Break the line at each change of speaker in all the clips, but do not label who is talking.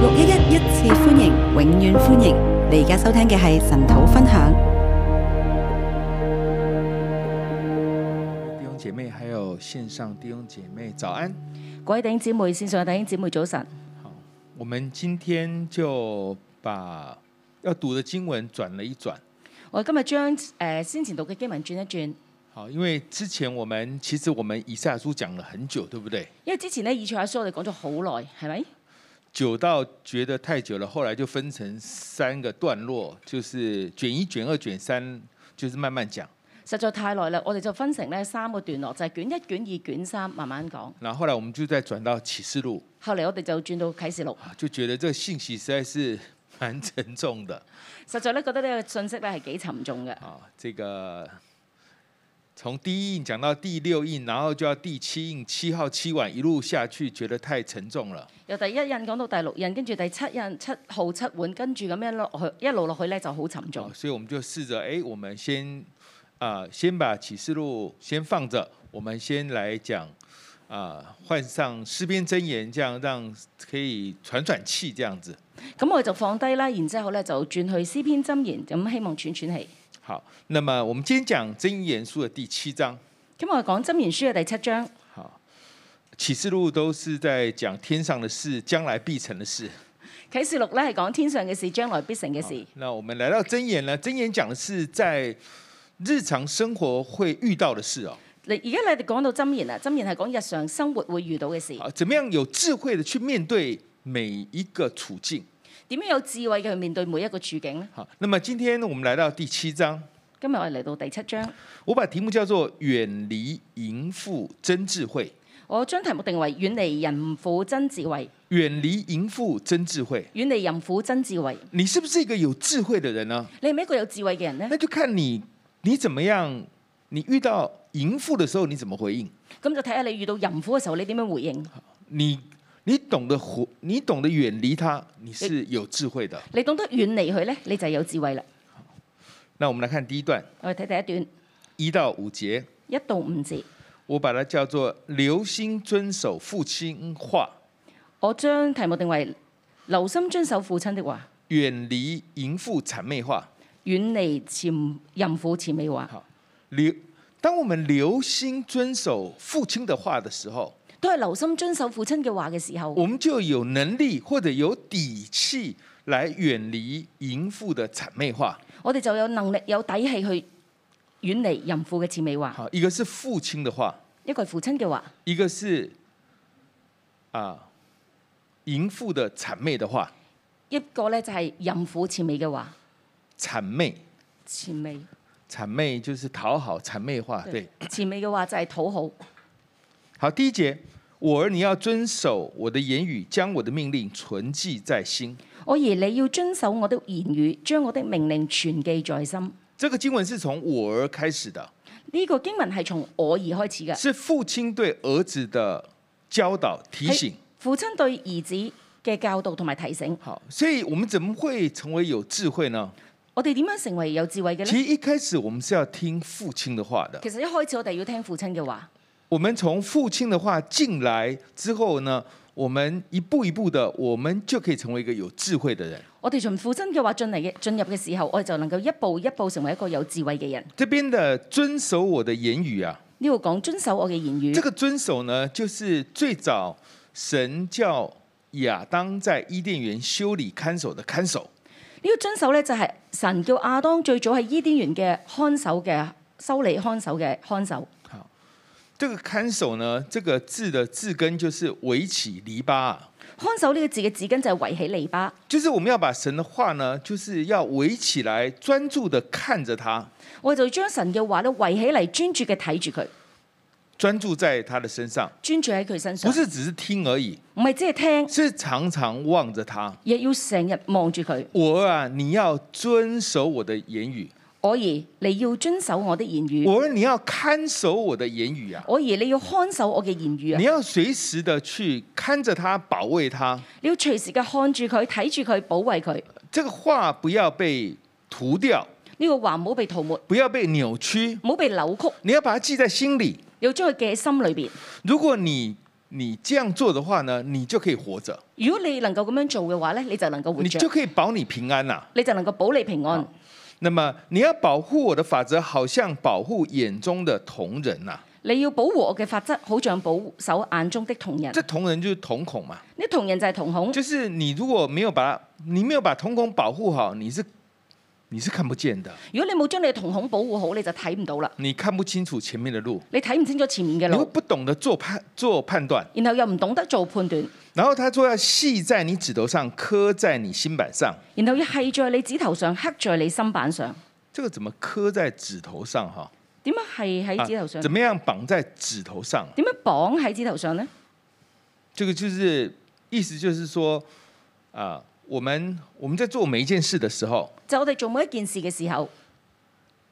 六一一一次歡迎，永遠歡迎！你而家收聽嘅係神土分享。
弟兄姐妹，還有線上弟兄姐妹，早安！
各位弟兄姊妹，線上嘅弟兄姊妹早晨。
好，我們今天就把要讀的經文轉了一轉。
我今日將誒先前讀嘅經文轉一轉，
好，因為之前我們其實我們以賽亞書講了很久，對不對？
因為之前呢，以賽亞書我哋講咗好耐，係咪？
久到覺得太久了，後來就分成三個段落，就是卷一、卷二、卷三，就是慢慢講。
實在太耐啦，我哋就分成呢三個段落，就係、是、卷一、卷二、卷三，慢慢講。
然後後來我們就再轉到啟示錄，
後嚟我哋就轉到啟示錄，
啊，就覺得這個信息實在是蠻沉重的
實在咧覺得呢個信息咧係幾沉重嘅。
啊。這個從第一印講到第六印，然後就要第七印，七號七晚一路下去，覺得太沉重了。
由第一印講到第六印，跟住第七印、七號、七碗，跟住咁樣落去，一路落去咧就好沉重
哦，。所以我们就试着，哎，我们先啊、先把启示录先放着，我们先来讲啊、换上诗篇真言，这样让可以喘喘气，这样子。
咁我哋就放低啦，然之後咧就轉去詩篇箴言，咁希望喘喘氣。
好，那么我们今天讲真言书的第七章。
咁我哋講箴言書嘅第七章。
好，启示录都是在讲天上的事，将来必成的事。
啟示錄咧係講天上嘅事，將來必成嘅事。
那我们来到真言呢，真言讲的是在日常生活会遇到的事哦。
你而家你哋講到箴言啦，箴言係講日常生活會遇到嘅事，
啊，怎么样有智慧的去面对每一个处境？
點樣有智慧嘅去面對每一個處境呢？
好，那么今天呢我们来到第七章，
今日我哋嚟到第七章，
我把题目叫做“远离淫妇真智慧”。
我將題目定為遠離淫婦真智慧，
远离淫妇真智慧，
遠離淫婦真智慧。
你是不是一个有智慧的人呢？
你係咪一個有智慧嘅人呢？
那就看你你怎么样，你遇到淫妇的时候你怎么回應？
咁就睇下你遇到淫婦嘅時候，你點樣回應？
你你懂得活，你懂得远离它，你是有智慧的。
你懂得遠離佢呢，你就係有智慧啦。
那我们来看第一段
我哋睇第一段
一到五节，
一到五節，
我把它叫做“留心遵守父亲话”。
我將題目定為留心遵守父親的話，
远离淫妇谄媚化。
遠離潛淫婦谄媚話。
好，留当我们留心遵守父亲的话的时候，
都係留心遵守父親嘅話嘅時候。
我们就有能力或者有底气来远离淫妇的谄媚化。
我哋就有能力有底氣去遠離淫婦嘅谄媚話，
好，一个是父亲的话，
一個係父親嘅話，
一个是啊淫妇的谄媚的话，
一個咧就係淫婦谄媚嘅話。
谄媚。
谄媚，
谄媚就是讨好，谄媚化。对，
谄媚嘅話就係討好。
好，第一节，我儿你要遵守我的言語，将我的命令存记在心。
我而你要遵守我的言語，將我的命令存記在心。呢、
这个经文是从我儿开始的，
個經文係從我而開始嘅，
是父亲对儿子的教導提醒
係。父親對兒子嘅教導同埋提醒。
好，所以我们怎么會成為有智慧呢？
我哋點樣成為有智慧嘅
其
呢？
實一開始我們是要聽父親的話的。
其實一開始我哋要聽父親嘅話，
我們從父親的話進來之後呢，我們一步一步的，我們就可以成為一個有智慧的人。
我哋從父親嘅話進嚟嘅進入嘅時候，我哋就能夠一步一步成為一個有智慧嘅人。
這邊的遵守我的言語啊，
呢度講遵守我嘅言語
这。个遵守呢，就是最早神叫亚当在伊甸园修理看守的看守。
呢個遵守咧就係神叫亞當最早喺伊甸園嘅看守嘅修理看守嘅看守。
这个看守呢，这个字的字根就是围起篱笆、啊，
看守呢個字嘅字根就係圍起篱笆。
就是我们要把神的话呢，就是要围起来，专注的看着他，
我就將神嘅話咧圍起嚟，專注嘅睇住佢，
专注在他的身上，
專注喺佢身上
不，是只是听而已，
唔係只係聽，
是常常望着他。
亦要成日望住佢。
我儿啊，你要遵守我的言語；
我兒，你要遵守我的言語；
我儿，你要看守我的言語啊！
我兒，你要看守我嘅言語
你
啊！
要随时的去看着他，保卫他。
你要隨時嘅看住佢，睇住佢，保衛佢。呢、
这个話不要被涂掉，
個話唔好被塗抹，
不要被扭曲，
唔好被扭曲，
你要把它記在心里。
你要將佢記喺心裏邊。
如果你你这样做的话呢，你就可以活着，
如果你能夠咁樣做嘅話咧，你就能夠活
你就
着，
可以保你平安呐、
你就能夠保你平安。
那么你要保护我的法则，好像保护眼中的瞳人呐、
你要保護我嘅法則，好像保守眼中的瞳人。
这瞳人就是瞳孔嘛，
呢瞳人就係瞳孔，
就是你如果没有把你没有把瞳孔保护好，你是你是看不见的，
如果你冇將你嘅瞳孔保護好，你就睇唔到啦。
你看不清楚前面的路，
你睇唔清楚前面嘅
你会
路，
不懂得做判做判断。
然後又唔懂得做判斷，
然后他说要系在你指头上，刻在你心板上。
然後要係在你指頭上，刻在你心板上。
这个怎么刻在指頭上哈？
點樣係喺指頭
啊
上？
怎么样綁在指頭上？
點樣綁喺指頭上呢？
这个就是意思就是说啊，我们我们在做每一件事的时候，
就我哋做每一件事嘅時候，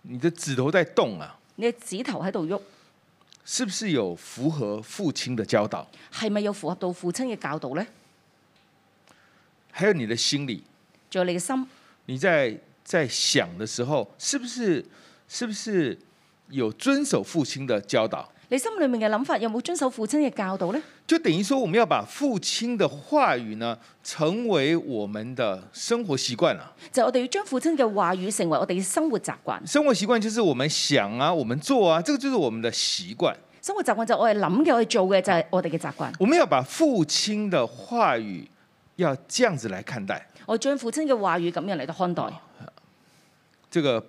你的指頭在動啊，
你嘅指頭喺度喐，
是不是有符合父親的教導？
係咪有符合到父親嘅教導呢？
還有你的心理，
仲有你嘅心，
你在在想的时候，是不是是不是有遵守父親的教導？
你心裡面嘅諗法有冇遵守父親嘅教導呢？
就等于说，我们要把父親的話語呢，成為我們的生活啊習慣了。
就我哋要將父親嘅話語成為我哋嘅生活習慣。
生活習慣就是我們想啊，我們做啊，這個就是我們的習慣。
生活習慣就係我哋諗嘅，我哋做嘅就係我哋嘅習慣。
我們要把父親的話語要這樣子來看待，
我將父親嘅話語咁樣嚟到看待，
這個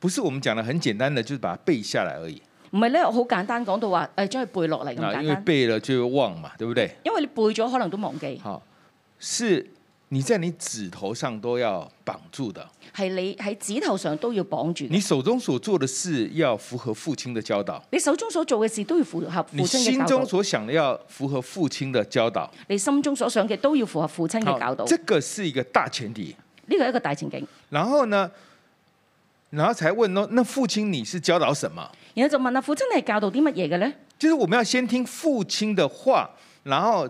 不是我們講的很簡單的，就是把它背下來而已
唔係咧，我好簡單講到話誒，將佢背落嚟咁
啊，
簡
因為
單。
背了就會忘嘛，對不對？
因為你背咗，可能都忘記，
好，是你在你指頭上都要綁住的，
係你喺指頭上都要綁住。
你手中所做的事要符合父親的教導。
你手中所做嘅事都要符合父
你
親
心
嘅教
中
導，
所想的要符合父親的教導，
你心中所想嘅都要符合父親嘅教導。
這個是一個大前提。
呢個係一個大前景。
然後呢，然後才問哦，那父親你是教導什麼？
然後就問啦，啊父親你係教導啲乜嘢嘅呢？
就是我們要先聽父親的話，然後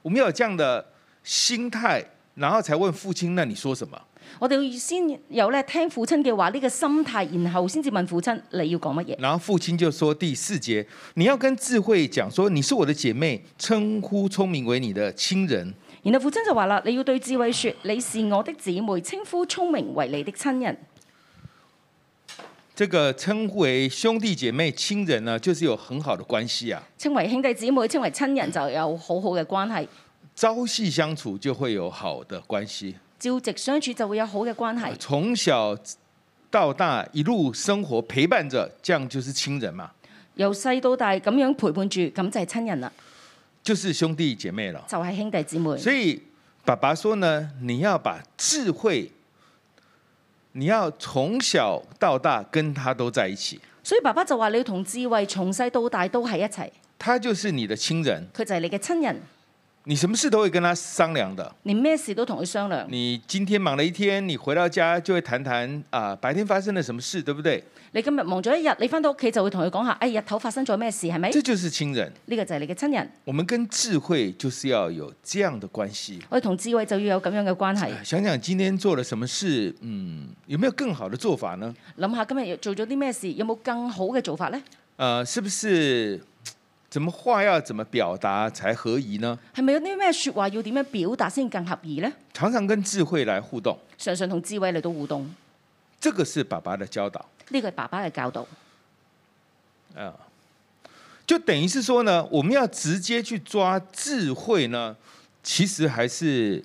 我們要有這樣的心態，然後才問父親，那你說什麼？
我哋要先有咧聽父親嘅話呢個心態，然後先至問父親你要講乜嘢。
然後父親就說第四節，你要跟智慧講說，你是我的姐妹，稱呼聰明為你的親人。
然後父親就話啦：你要對智慧說，你是我的姊妹，稱呼聰明為你的親人。
這個稱呼為兄弟姐妹、親人呢，就是有很好的關係啊。
稱為兄弟姊妹，稱為親人就有好好嘅關係，
朝夕相處就會有好的關係。
朝夕相處就會有好嘅關係。
從小到大一路生活陪伴着，這樣就是親人嘛，
由細到大咁樣陪伴住，咁就係親人啦，
就是兄弟姐妹了。
就係、兄弟姊妹。
所以爸爸說呢，你要把智慧，你要從小到大跟他都在一起，
所以爸爸就話你要同智慧從細到大都喺一齊，
他就是你的親人，
佢就係你嘅親人，
你什麼事都會跟他商量的。
你咩事都同佢商量。
你今天忙了一天，你回到家就會談談啊、白天發生了什麼事，對不對？
你今日忙咗一日，你翻到屋企就會同佢講下，哎，日頭發生咗咩事係咪？
這就是親人。
呢個就係你嘅親人，
我們跟智慧就是要有這樣的關係。
我哋同智慧就要有咁樣嘅關係。
想想今天做了什麼事，嗯，有沒有更好的做法呢？
諗下今日又做咗啲咩事，有冇更好嘅做法呢？
呃，是不是怎麼話要怎麼表達才合宜呢？
係咪有啲咩説話要點樣表達先更合宜呢？
常常跟智慧來互動，
常常同智慧嚟到互動，呢、
這個是爸爸的教導。
個係爸爸嘅教導，
啊就等於是說呢，我們要直接去抓智慧呢，其實還是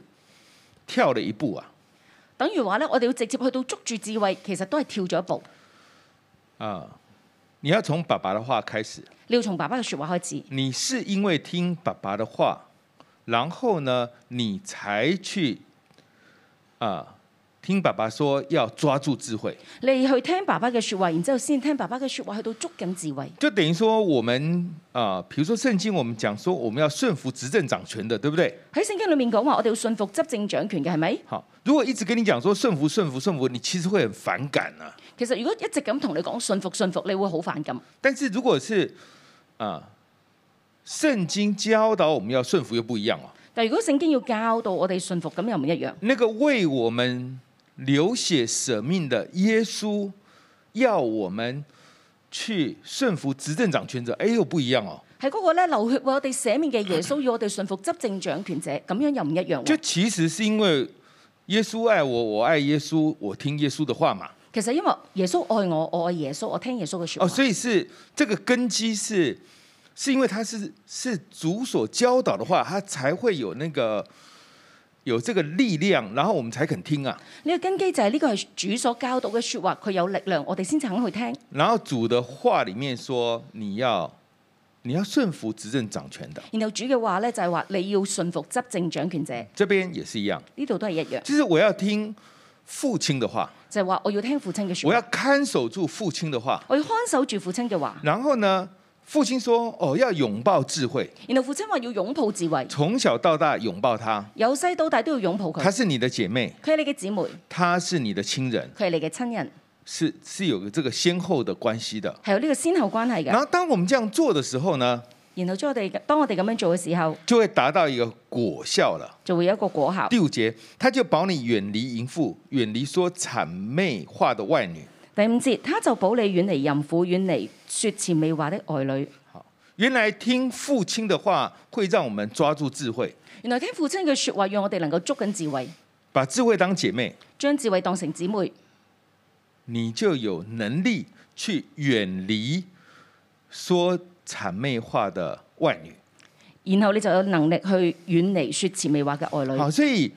跳了一步啊
等於話呢，我哋要直接去到捉住智慧，其實都係跳咗一步。
啊、你要從爸爸的話開始，
你要從爸爸嘅説話開始，
你是因為聽爸爸的話，然後呢，你才去啊、聽爸爸說要抓住智慧，
你去聽爸爸嘅説話，然之後先聽爸爸嘅説話，去到捉緊智慧。
就等於說我們啊、比如說聖經我們講說我們要順服執政掌權的，對不對？
喺聖經裏面講話，我哋要信服執政掌權嘅係咪？
好，如果一直跟你講說順服順服順服，你其實會很反感啊。
其實如果一直咁同你講信服信服，你會好反感。
但是如果是啊、聖經教導我們要順服又不一樣哦，
但如果聖經要教導我哋信服，咁又唔一樣。
那個為我們流血捨命的耶穌，要我們去順服執政掌權者，哎，又不一樣哦。
係嗰個咧流血為我哋捨免嘅耶穌，要我哋順服執政掌權者，咁樣又唔一樣
就
喎。
其實是因為耶穌愛我，我愛耶穌，我聽耶穌的話嘛。
其實因為耶穌愛我，我愛耶穌，我聽耶穌嘅説話。
哦，所以是這個根基是，是因為他是是主所教導的話，他才會有那個有這個力量，然後我們才肯聽啊。
呢個根基就係呢個係主所教導嘅説話，佢有力量，我哋先至肯去聽。
然後主的話裡面說，你要你要順服執政掌權的，
然後主嘅話咧就係話你要順服執政掌權者，
這邊也是一樣。
呢度都係一樣，
就是我要聽父親的話，
就係話我要聽父親嘅説
我要
話，
看守住父親的話。
我要看守住父親嘅話。
然後呢，父親說：“哦，要擁抱智慧，
然後父親話要擁抱智慧，
從小到大擁抱他，
由細到大都要擁抱佢
她。是你的姐妹，
佢係你嘅姊妹，
她是你的親人，
佢係你嘅親人，
是是有個這個先後的關係的。”
係有呢個先後關係
然
嘅。
後當我們這樣做的時候呢，
然後將我哋當我哋咁樣做嘅時候，
就會達到一個果效了。
就會有一個果效。
第五節，他就保你遠離淫婦，遠離說谄媚話的外女。
第五節，他就保你遠離淫婦，遠離説前未話的外女。
原來聽父親的話會讓我們抓住智慧，
原來聽父親嘅説話，讓我哋能夠捉緊智慧，
把智慧當姐妹，
將智慧當成姊妹，
你就有能力去遠離說谄媚話的外女。
然後你就有能力去遠離説前未話嘅外
好，
女。
所以，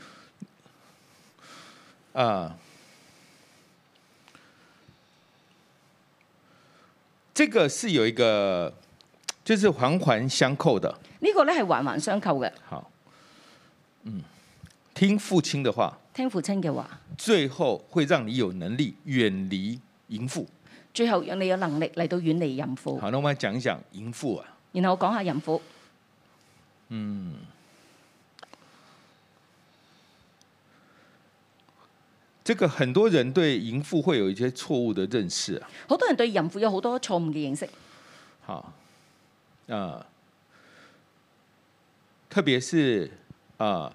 啊、这个是有一个，就是环环相扣的。
呢個咧係環環相扣嘅，
好，嗯，听父亲的话，
聽父親嘅話，
最后会让你有能力远离淫妇。
最後讓你有能力嚟到遠離淫婦。
好，那我们来讲一讲淫妇啊。
然後我講下淫婦，
这个很多人对淫妇会有一些错误的认识啊。
好多人對淫婦有好多錯誤嘅認識，
好，啊、特別是啊、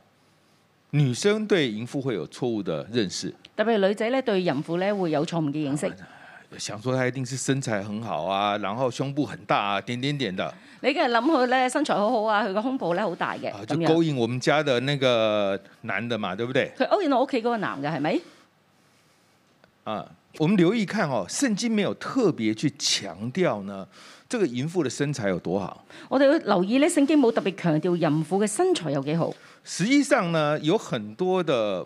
女生對淫婦會有錯誤的認識，
特別係女仔咧對淫婦咧會有錯誤嘅認識。
想說她一定是身材很好啊，然後胸部很大啊，點點點的啊，
你梗係諗佢咧身材好好啊，佢個胸部咧好大嘅咁
就勾
樣。
引我們家的那個男的嘛，對不對？
佢勾引我屋企嗰個男嘅係咪？
啊，我們留意看哦，聖經沒有特別去強調呢，這個淫婦的身材有多好。
我哋要留意咧，聖經冇特別強調淫婦嘅身材有幾好。
實際上呢，有很多的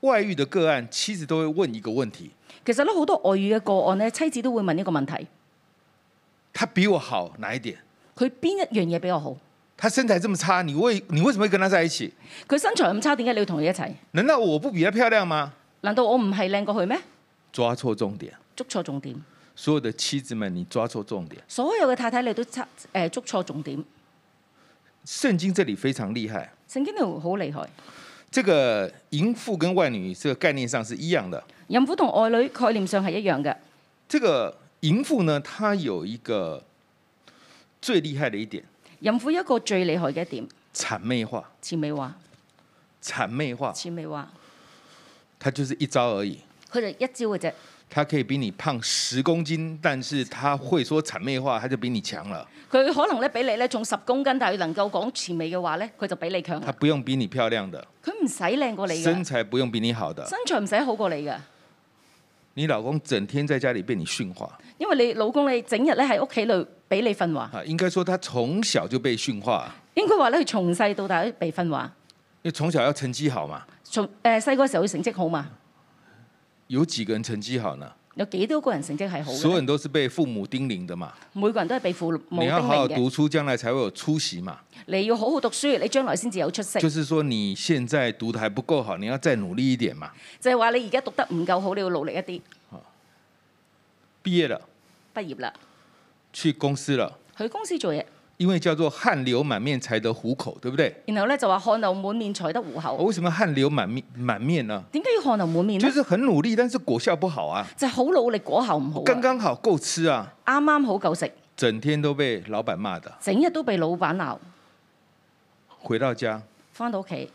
外遇的個案，妻子都會問一個問題。
其實咧好多外遇嘅個案咧，妻子都會問一個問題：
他比我好哪一點？
佢邊一樣嘢比我好？
他身材這麼差，你為你為什麼會跟他在一起？
佢身材咁差，點解你要同佢一齊？
難道我不比他漂亮嗎？
難道我唔係靚過佢咩？
抓錯重點，
捉錯重點，
所有的妻子們，你抓錯重點。
所有嘅太太你都測誒捉錯重點。
聖經這裡非常厲害，
聖經度好厲害，
這個淫婦跟外女這個概念上是一樣的。
淫婦同外女概念上係一樣嘅。
這個淫婦呢，她有一個最厲害的一點，
淫婦一個最厲害嘅一點，
谄媚化，
前美話，
谄媚化，
前美話，
她就是一招而已。
佢就一招嘅啫。
她可以比你胖十公斤，但是她會說谄媚話，她就比你強了。
佢可能咧比你咧重十公斤，但係佢能夠講前美嘅話咧，佢就比你強
她
啦。
不用比你漂亮的，
佢唔使靚過你嘅，
身
身
材不用比你好的，
材唔使好過你嘅，
你老公整天在家里被你驯化
因為你老公你整日咧喺屋企裏俾你訓話，
啊，应該說他從小就被驯化，
應該話咧佢從細到大都被訓話，
因為從小要成績好嘛。
從誒細個時候佢成績好嘛，
有幾個人成績好呢？
有幾多個人成績係好
所有
嘅？
人都是被父母叮嚀的嘛，
每個人都係被父母
你
叮
要好好
嚀嘅，
讀書，將來才會有出息嘛。
你要好好讀書，你將來先至有出息。
就是說你現在讀得還不夠好，你要再努力一點嘛。
就係話你而家讀得唔夠好，你要努力一啲，
畢業了，
畢業啦，
去公司了，
去公司做嘢，
因為叫做汗流滿面才得糊口，對不對？
然後咧就話汗流滿面才得糊
哦
口。
為什麼汗流滿面滿面呢？
點解要汗流滿面
就
咧？
是很努力，但是果效不好啊，
就係好努力，果效唔好啊，
剛剛好夠吃啊，
啱啱好夠食，
整天都被老闆罵的。
整日都被老闆鬧，
回到家
翻到屋企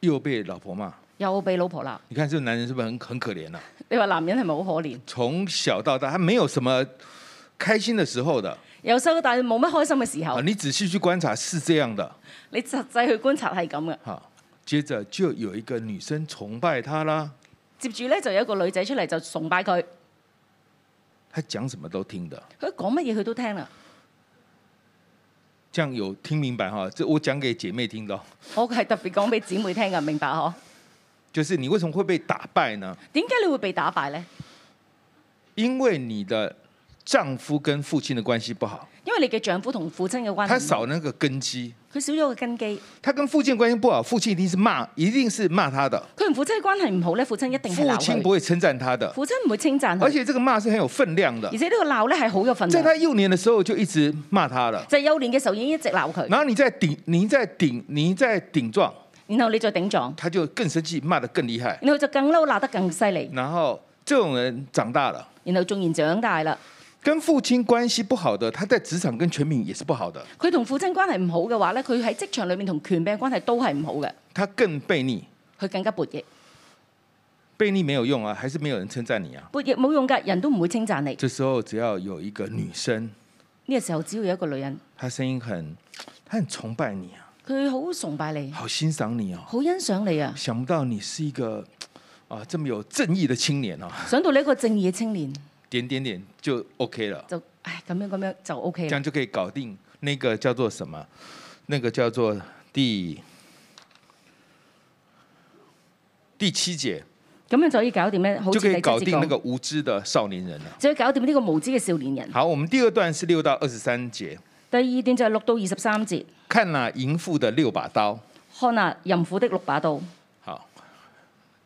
又被老婆罵。
又被老婆鬧。
你看這男人是不是很很可憐啊？
你話男人係咪好可憐？
從小到大，他沒有什麼開心的時候的，
由細到大冇乜開心嘅時
好，
候，
你仔细去观察是这样的。
你實際去觀察係咁嘅。
好，接着就有一个女生崇拜他啦，
接住咧就有一個女仔出嚟就崇拜佢，
他讲什么都听的。
佢講乜嘢佢都聽啦。
这样有听明白哈？这我讲给姐妹听的哦，
我係特別講俾姊妹聽㗎，明白嗬？
就是你为什么会被打败呢？
點解你會被打敗呢？
因为你的丈夫跟父亲的关系不好，
因為你嘅丈夫同父親嘅關
他
係唔好，
少那个根基，
佢少咗個根基。
他跟父亲关系不好，父亲一定是骂，一定是骂他的，
佢同父親嘅關係唔好咧，父親一定係
父
鬧
亲不
佢，
会称赞他的，
父親唔會稱讚
而
佢，
且这个骂是很有分量的
而。且呢個鬧咧係好有份
在
量。
他幼年的时候就一直骂他了，
就係幼年嘅時候已經一直鬧佢，
然后你再顶，你再顶，你再顶撞，
然後你再頂撞，
他就更生气，骂得更厉害。
然後就更嬲鬧得更犀利，
然后这种人长大了，
然後縱然長大啦，
跟父亲关系不好的，他在职場跟全民也是不好的，
佢同父親關係唔好嘅話咧，佢喺職場裏面同權柄關係都係唔好嘅，
他更悖逆，
佢更加叛逆，
悖逆没有用啊，还是没有人称赞你啊。
叛逆冇用㗎，人都唔會稱讚你。
这時候只要有一个女生，
呢、個時候只要有一個女人，
她声音很，她很崇拜你啊，
佢好崇拜你，
好欣赏你哦，
好欣賞你啊，
想不到你是一个啊这么有正义的青年啊，
想到你一個正義嘅青年，
点点点就 OK 了，
就唉咁樣咁樣就 O
这
K 啦。
样就可以搞定那个叫做什么，那个叫做第第七节。
咁樣就可以搞掂咧，好
就
似
可
你
以搞
直接
定那
講，
个无知的少年人了。
就可以搞掂呢個無知嘅少年人。
好，我们第二段是六到二十三节，
第二段就係六到二十三節，
看了淫妇的六把刀。
看啊淫婦的六把刀。
好，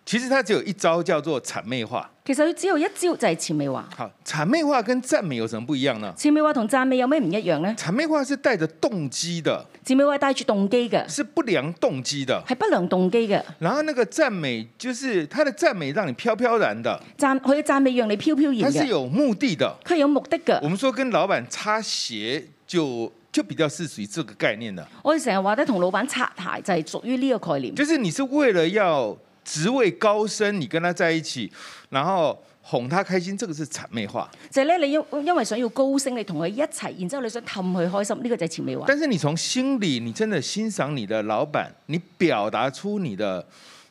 其实他只有一招叫做谄媚化。
其實佢只有一招就係前美話。
好，谄媚化跟赞美有什么不一样呢？
前美話同讚美有咩唔一樣呢？
谄媚化是带着动机的，
前美話帶住動機嘅，
是不良动机的。
係不良動機嘅。
然后那个赞美就是他的赞美让你飘飘然的，
讚佢嘅讚美讓你飄飄
它
然
是
嘅，
有目的的。
佢係有目的
我
嘅。
们说跟老板擦鞋就就比较是属于这个概念的。
我哋成日話咧，同老闆擦鞋就係屬於呢個概念，
就是你是为了要职位高升，你跟他在一起，然后哄他开心，这个是谄媚化。
就係咧你因因為想要高升，你同佢一齊，然之後你想氹佢開心，呢、個就係前美話。
但是你从心里，你真的欣赏你的老板，你表达出你的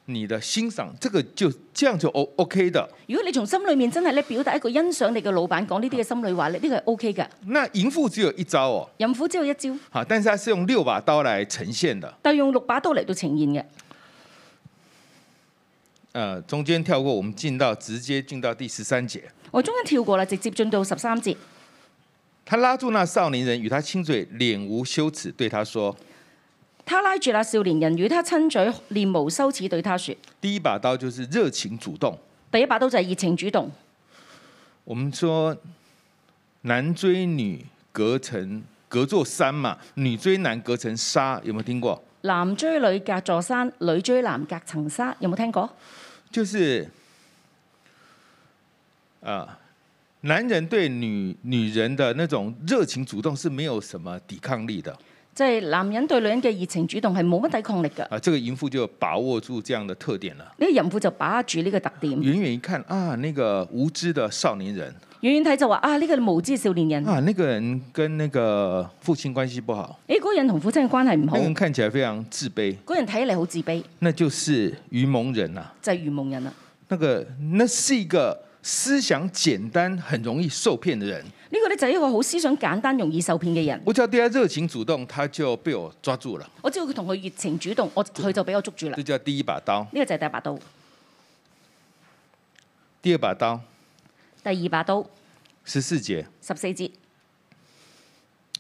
你的欣赏，这个就这样就 O OK 的。
如果你從心裏面真係咧表達一個欣賞你嘅老闆講呢啲嘅心裏話咧，呢、個係 O K 嘅。
那淫妇只有一招哦，
淫婦只有一招，
好，但是他是用六把刀来呈现的。
但係用六把刀嚟到呈現嘅。
呃，中间跳过，我们进到直接进到第十三节。
我中間跳過啦，直接進到十三節。
他拉住那少年人，与他亲嘴，脸无羞耻，对他说
他拉住那少年人，與他親嘴，面無羞恥對他說：：“
第一把刀就是热情主动，
第一把刀就係熱情主動。
我们说男追女隔层隔座山嘛，女追男隔层纱，有没有听过？
男追女隔座山，女追男隔層沙，有冇聽過？
就是啊、呃男人对女女人的那种热情主动是没有什么抵抗力的
即係男人對女人嘅熱情主動係冇乜抵抗力㗎。
啊、这个淫妇就把握住这样的特点了。
呢、個淫婦就把握住呢個特點，
远远一看啊，那个无知的少年人
遠遠睇就話啊，呢、個無知少年人，呢、
啊，那个人跟那个父亲关系不好，
嗰個人同父親嘅關係唔好
那，个人看起来非常自卑，
嗰人睇起嚟好自卑，
那就是愚蒙人呐、
就係愚蒙人啦。
那个那是一个思想简单、很容易受骗的人。
呢、個呢，就係一個好思想簡單、容易受騙嘅人。
我只要对他热情主动，他就被我抓住了，
我知道佢同佢熱情主動，我佢就俾我捉住啦。
这叫第一把刀。
呢、個就係第一把刀，
第二把刀，
第二把刀
十四节，
十四節，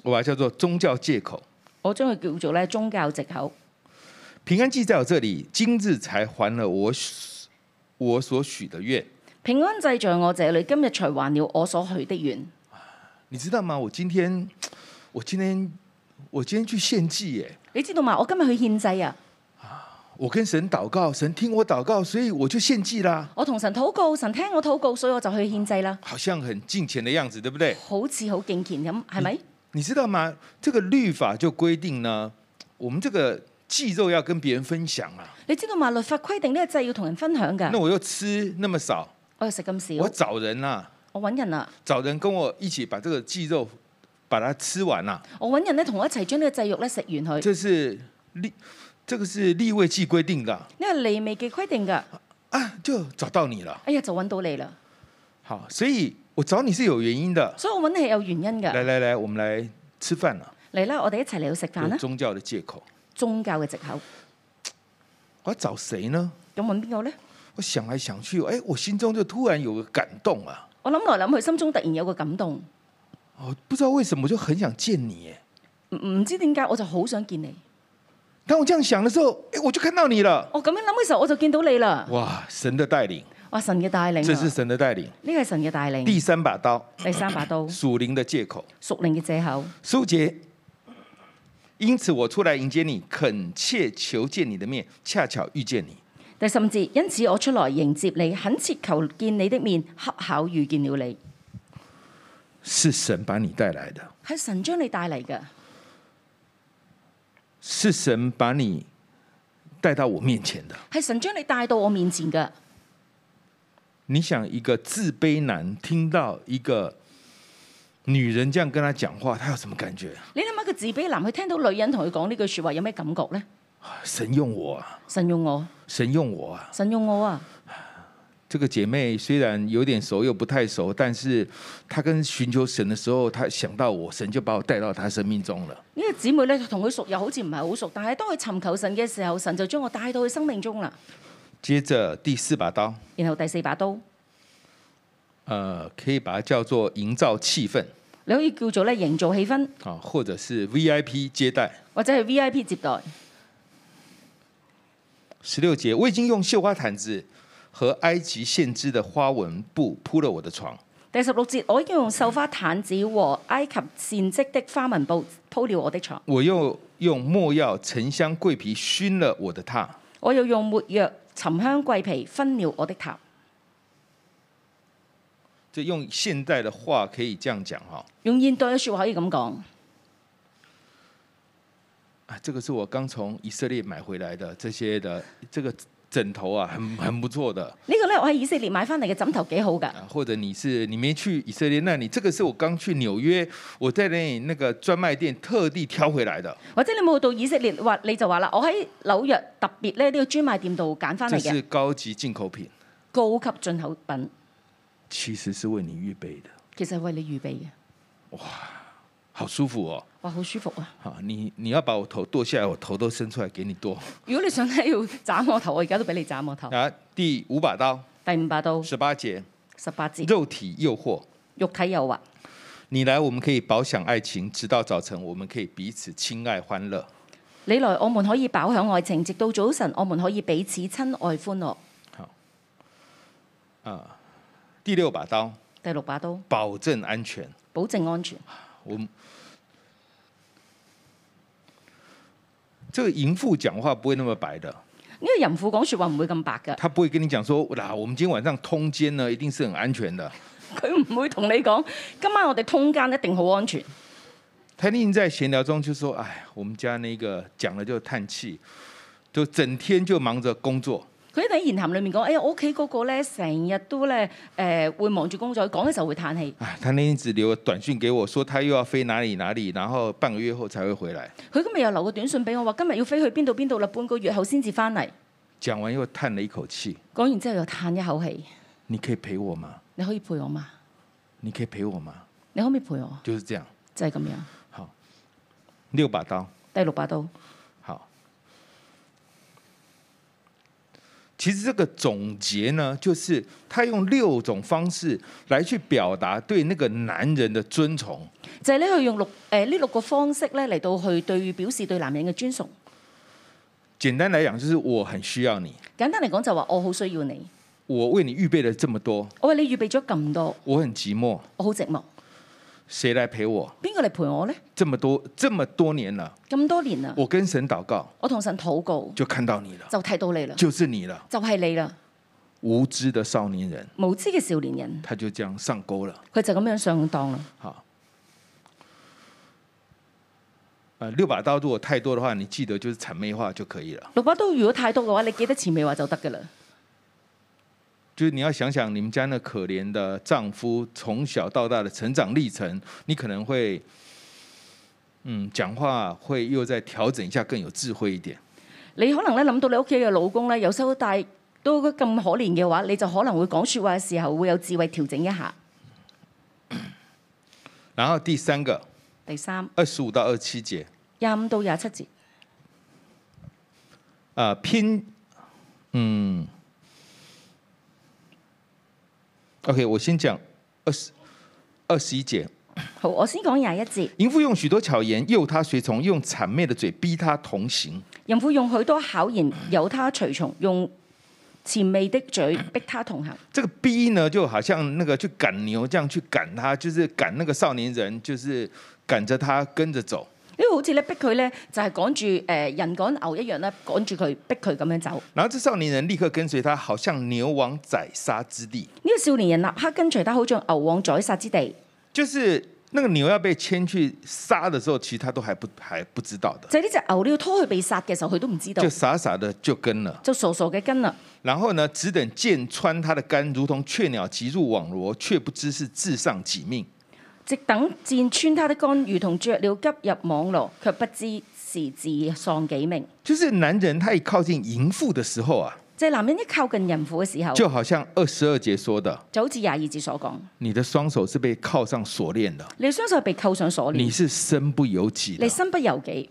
我把它叫做宗教借口。
我將佢叫做咧宗教藉口。
平安记在我这里，今日才还了我许我所许的愿。
平安祭在我這裏，今日才還了我所許的願。
你知道吗？我今天，我今天，我今天去献祭耶。
你知道嘛？我今日去獻祭啊！
我跟神祷告，神听我祷告，所以我就献祭啦。
我同神禱告，神聽我禱告，所以我就去獻祭啦。
好像很敬虔的样子，对不对？
好似好敬虔咁，係咪？
你知道吗？这个律法就规定呢，我们这个祭肉要跟别人分享啊。
你知道嘛？律法規定呢個祭要同人分享
那
㗎。
我又吃那么少，
我又食咁
我
少，
找人啦、
我揾人啊，
找人跟我一起把这个祭肉把它吃完啦、
我揾人咧同我一齊將呢個祭肉咧食完佢，
这是立，这个是立位记规定的啊
呢個利未記規定㗎。
啊，就找到你了。
哎呀，就揾到你啦！
好，所以我找你是有原因的。
所以我揾你係有原因
来
㗎。
来来，我们来吃饭了，
嚟啦，我哋一齊嚟到食飯
有
啦。
宗教的借口。
宗教嘅藉口，
我要找谁呢？
咁揾邊個咧？
我想来想去，哎，我心中就突然有个感动啊！
我諗來諗去，心中突然有個感動，
哦，不知道为什么，我就很想见你耶。
唔唔知點解我就好想見你。
当我这样想的时候，哎，我就看到你了。
哦我咁樣諗嘅時候，我就見到你啦。
哇，神的带领，
哇！神嘅帶領
这是
啊，
神的带领。
呢個係神嘅帶領。
第三把刀，
第三把刀，
属灵的借口。
屬靈嘅藉口。
苏杰，因此我出来迎接你，恳切求见你的面，恰巧遇见你。
第十五節，因此我出來迎接你，懇切求見你的面，恰巧遇見了你。
是神把你带来的，
係神將你帶嚟嘅，
是神把你带到我面前的。
係神將你帶到我面前嘅。
你想，一个自卑男听到一个女人这样跟他讲话，他有什么感觉？
你諗下個自卑男，佢聽到女人同佢講呢句説話，有咩感覺呢？
神用我啊，
神用我，
神用我啊！
神用我啊！
这个姐妹虽然有点熟又不太熟，但是她跟寻求神的时候，她想到我，神就把我带到她生命中了。
呢、個姊妹咧同佢熟又好似唔係好熟，但係當佢尋求神嘅時候，神就將我帶到佢生命中啦。
接着第四把刀，
然後第四把刀，
呃，可以把它叫做营造气氛
你可以叫做咧營造氣氛，
啊，或者是 VIP 接待。
或者係 V I P 接待。
十六节，我已经用绣花毯子和埃及现织的花纹布铺了我的床。
第十六節，我已經用繡花毯子和埃及線織的花紋布鋪了我的床，
我又用墨药、沉香、桂皮熏了我的榻。
我又用沒藥、沉香、桂皮分了我的頭。
这用现代的话可以这样讲哈、
用現代嘅説話可以咁講，
啊，这个是我刚从以色列买回来的，这些的这个枕头啊，很很不错的
呢、個呢，我喺以色列買翻嚟嘅枕頭幾好㗎。
啊。或者你是你没去以色列，那你这个是我刚去纽约，我在那里那个专卖店特地挑回来的，
或者你冇到以色列，話你就話啦，我喺紐約特別咧呢個專賣店度揀翻
这
嚟嘅
是高级进口品，
高級進口品，
其实是为你预备的，
其實係為你預備嘅。
好舒服哦。
哇，好舒服啊！
好，你你要把我头剁下来，我头都伸出来给你剁。
如果你想咧要斬我頭，我而家都俾你斬我頭。
啊，第五把刀，
第五把刀，
十八节，
十八節，
肉体诱惑。
肉體誘惑。
你来，我们可以饱享爱情，直到早晨，我们可以彼此亲爱欢乐。
你來，我們可以飽享愛情，直到早晨，我們可以彼此親愛歡樂。
第六把刀，
第六把刀，
保证安全。
保證安全。
我们这个淫妇讲话不会那么白的，
呢個淫婦講説話唔會咁白㗎，
她不会跟你讲说，嗱，我们今天晚上通奸呢，一定是很安全的。
佢唔會同你講今晚我哋通奸一定好安全。
她一定在闲聊中就说，哎，我们家那个讲了就叹气，就整天就忙着工作，
佢喺言談裡面講：，誒、哎我屋企嗰個咧，成日都咧誒、會忙住工作，講嘅時候會嘆氣。
啊，她那天只留了短讯给我说，她又要飞哪里哪里，然后半个月后才会回来。
佢今日又留個短信俾我，話今日要飛去邊度邊度啦，半個月後先至翻嚟。
讲完又叹了一口氣，
講完之後又嘆一口氣，
你可以陪我吗？
你可以陪我嘛？
你可以陪我吗？
你可唔可以陪我？
就是这样，
就係、咁樣。
六把刀。
第六把刀，
好，其实这个总结呢，就是他用六种方式来去表达对那个男人的尊崇。
就係咧佢用六誒呢、六個方式咧嚟到去對表示對男人嘅尊崇。
简单来讲，就是我很需要你，
簡單嚟講就話我好需要你，
我为你预备了这么多，
我為你預備咗咁多，
我很寂寞，
我好寂寞，
谁来陪我？
邊個嚟陪我呢？
这么多这么多年了，
咁多年啦，
我跟神祷告
我同神禱告
就看到你了，
就睇到你啦，
就是你了，
就係、你啦，
无知的少年人，
無知嘅少年人，
他就这样上钩了。
佢就咁樣上當啦。
好，呃，六把刀如果太多的话，你记得就是谄媚话就可以了。
六把刀如果太多嘅話，你記得前面話就得㗎啦。
就是你要想想你们家那可怜的丈夫从小到大的成长历程，你可能会嗯，讲话会又再调整一下，更有智慧一点。
你可能咧諗到你屋企嘅老公咧有收大都咁可憐嘅話，你就可能會講説話嘅時候會有智慧調整一下。
然后第三个，
第三
二十五到二十七节，
廿五到廿七節，
啊，偏，嗯，OK，我先讲二十二十一节，
好，我先講廿一節。
淫妇用许多巧言诱他随从，用谄媚的嘴逼他同行。
淫婦用許多巧言誘他隨從，用前媚的嘴逼他同行。
这个逼呢，就好像那个去赶牛这样去赶他，就是赶那个少年人，就是赶着他跟着走。
呢個好似咧逼佢咧就係趕住誒人趕牛一樣咧趕住佢逼佢咁樣走。
然后这少年人立刻跟随他，好像牛往宰杀之地，
呢、個少年人立刻跟隨他，好像牛往宰殺之地。
就是那个牛要被牵去杀的时候，其实他都还不还不知道的，
就係呢只牛你要拖佢被殺嘅時候，佢都唔知道
就，傻傻的就跟了。
就傻傻嘅跟啦。
然后呢，只等箭穿他的肝，如同雀鸟急入网罗，却不知是自上己命。
直等箭穿他的肝，如同雀鳥急入網羅，卻不知是自喪己命。
就是男人他一靠近淫妇的时候啊，
就係、男人一靠近淫婦嘅時候，
就好像二十二节说的，
就好似廿二節所講，
你的双手是被铐上锁链的，
你雙手被扣上鎖
你
鏈，
是身不由己的
哦你。身不由己。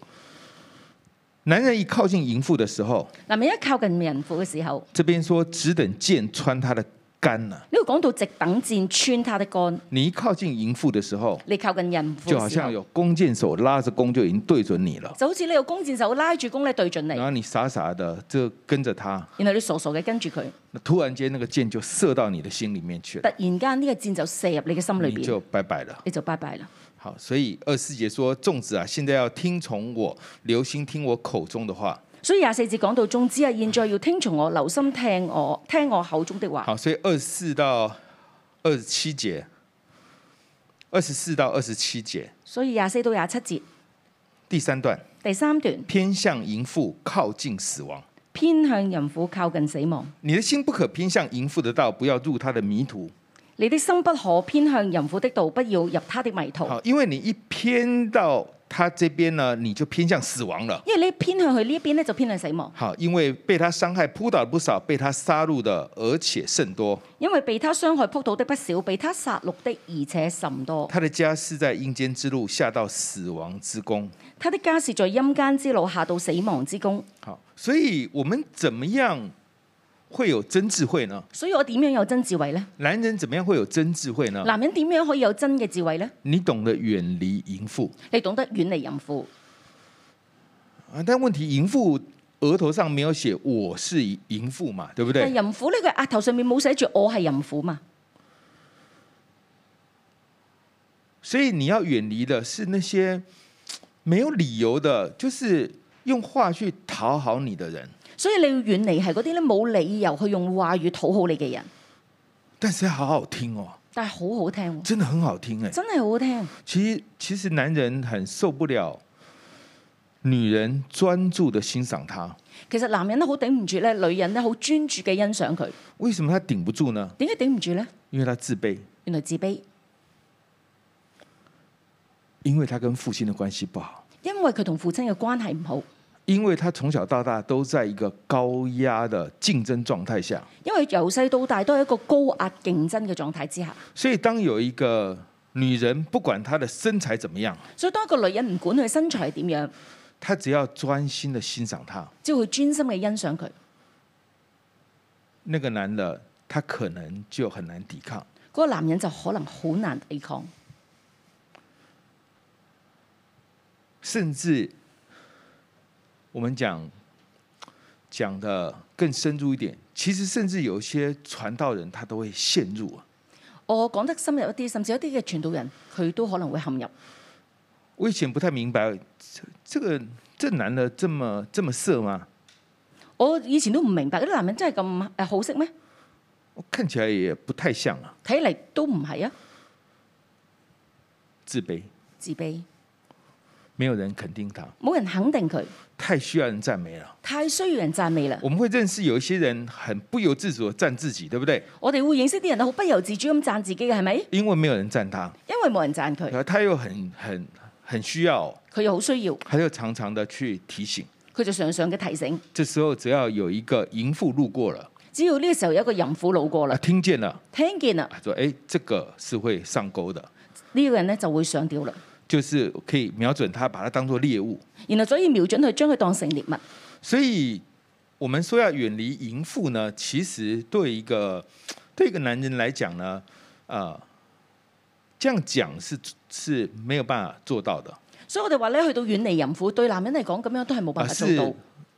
男人一靠近淫妇的时候，
男人一靠近淫婦嘅時候，
这边说只等箭穿他的肝呢、啊
呢度講到直等箭穿他的肝，
你一靠近淫婦的时候，
你靠近淫婦
就好
嘅時
像
候，
有弓箭手拉着弓就已经对准你了，
就好似你個弓箭手拉住弓咧對準你，
然
然
后你傻傻的就跟着他，
後你傻傻嘅跟住佢，
那突然间那个箭就射到你的心里面去
突
了，
然間呢個箭就射入你嘅心裏
你
邊，
就拜拜了。
你就拜拜啦。
好，所以二十四节说：“粽子啊，现在要听从我，留心听我口中的话。
所以廿四節講到眾子啊，現在要聽從我，留心聽我，聽我口中的”話。
好，所以二十四到二十七节，二十四到二十七节
所以廿四到廿七節
第三段，
第三段
偏向淫妇，靠近死亡。
偏向淫婦靠近死亡。
你的心不可偏向淫妇的道，不要入她的迷途。
你的心不可偏向淫婦的道，不要入他的迷途。
好，因为你一偏到他这边呢，你就偏向死亡了。
因為你偏向佢呢一邊咧，就偏向死亡。
好，因为被他伤害扑倒了不少，被他杀戮的而且甚多。
因為被他傷害撲倒的不少，被他殺戮的而且甚多。
他的家是在阴间之路，下到死亡之宫。
他的家是在陰間之路，下到死亡之宮。
好，所以我们怎么样会有真智慧呢？
所以我點樣有真智慧呢？
男人怎么样会有真智慧呢？
男人點樣可以有真嘅智慧呢？
你懂得远离淫妇
你懂得遠離淫婦，
啊，但问题淫妇额头上没有写我是淫妇嘛，对不
但
对？
淫婦呢，佢額頭上面冇寫住我係淫婦嘛。
所以你要远离的是那些嘖没有理由的，就是用话去讨好你的人。
所以你要遠離係嗰啲咧冇理由去用話語討好你嘅人，
但是好好听哦，
但係好好聽喎，
真的很好听哎。
真係好好聽。
其实其实男人很受不了女人专注的欣赏他，
其實男人咧好頂唔住咧，女人咧好專注嘅欣賞佢。
为什么他顶不住呢？
點解頂唔住呢？
因为他自卑，
原來自卑，
因为他跟父亲的关系不好，
因為佢同父親嘅關係唔好，
因为他从小到大都在一个高压的竞争状态下，
因為由細到大都係一個高壓競爭嘅狀態之下。
所以当有一个女人不管她的身材怎么样，
所以當一個女人唔管佢身材係點樣，
她只要专心的欣赏他，
只要佢專心嘅欣賞佢，
那个男的他可能就很难抵抗。
嗰、個男人就可能好難抵抗，
甚至我们讲讲的更深入一点，其实甚至有一些传道人他都会陷入啊。
我講得深入一啲，甚至一啲嘅傳道人佢都可能會陷入。
我以前不太明白，这这个这男的这么这么色吗？
我以前都唔明白，啲男人真係咁誒好色咩？
我看起来也不太像啊，
睇嚟都唔係啊，
自卑，
自卑，
没有人肯定他，
冇人肯定佢，
太需要人赞美了。
太需要人讚美啦。
我们会认识有一些人很不由自主的赞自己，对不对？
我哋會認識啲人好不由自主咁讚自己嘅，係咪？
因为没有人赞他，
因為冇人讚佢，
然后他又很很很需要，
佢又好需要，
他就常常的去提醒。
佢就常常嘅提醒。
这时候只要有一个淫妇路过了，
只要呢個時候有一個淫婦路過
啊，
啦，
听见了，
聽見啦，
啊，说哎，这个是会上钩的，
呢、個人咧就會上吊啦。
就是可以瞄准他，把他当做猎物。
然後所以瞄準佢，將佢當成獵物。
所以我们说要远离淫妇呢，其实对一个对一个男人来讲呢，呃，这样讲是是没有办法做到的，
所以我哋話咧，去到遠離淫婦，對男人嚟講咁樣都係冇
啊，
辦法做到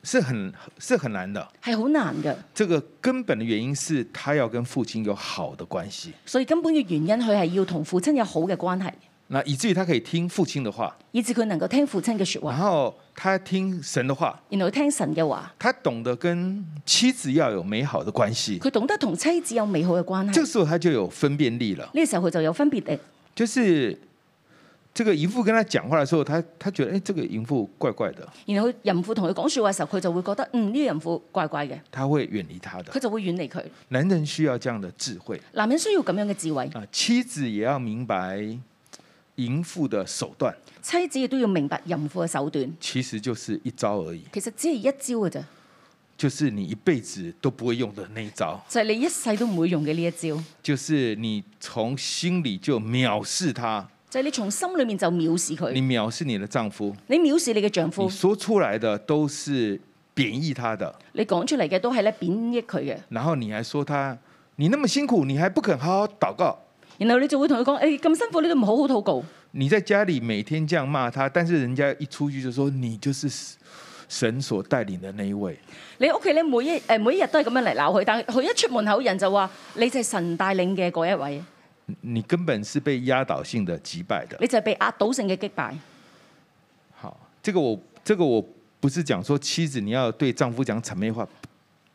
是，是很是很难的。
係好難嘅。
这个根本的原因是他要跟父亲有好的关系，
所以根本嘅原因，佢係要同父親有好嘅關係，
那以至於他可以听父亲的话，
以至佢能夠聽父親嘅説
然
話，
后他听神的话，
然後佢聽神嘅話，
他懂得跟妻子要有美好的关系。
佢懂得同妻子有美好嘅關
这
係。
个时候他就有分辨力了，
呢個時候佢就有分別力。
就是这个淫妇跟他讲话的时候，他他觉得哎，这个淫妇怪怪的，
然後佢淫婦同佢講説話嘅時候，佢就會覺得嗯呢、個淫婦怪怪嘅，
他会远离他的
佢。就會遠離佢。
男人需要这样的智慧
男人需要咁樣嘅智慧，
啊，妻子也要明白淫妇的手段，
妻子亦都要明白淫婦嘅手段。
其实就是一招而已，
其實只係一招嘅咋，
就是你一辈子都不会用的那一招，
就係、你一世都唔會用嘅呢一招，
就是你从心里就藐视他，
就係、你從心裏面就藐視
你
佢，
藐视你的丈夫，
你藐視你嘅丈
你
夫，
说出来的都是贬义他的。
你講出嚟嘅都係咧貶抑佢嘅，
然后你还说他，你那么辛苦，你还不肯好好祷告，
然後你就會同佢講：，誒、哎咁辛苦你都唔好好禱告，
你在家里每天这样骂他，但是人家一出去就说你就是神所带领的那一位。
你屋企咧每一誒、每一日都係咁樣嚟鬧佢，但係佢一出門口人就話：你就係神帶領嘅嗰一位，
你你根本是被压倒性的击败的。
你就係被壓倒性嘅擊敗。
好，这个我这个我不是讲说妻子你要对丈夫讲谄媚话，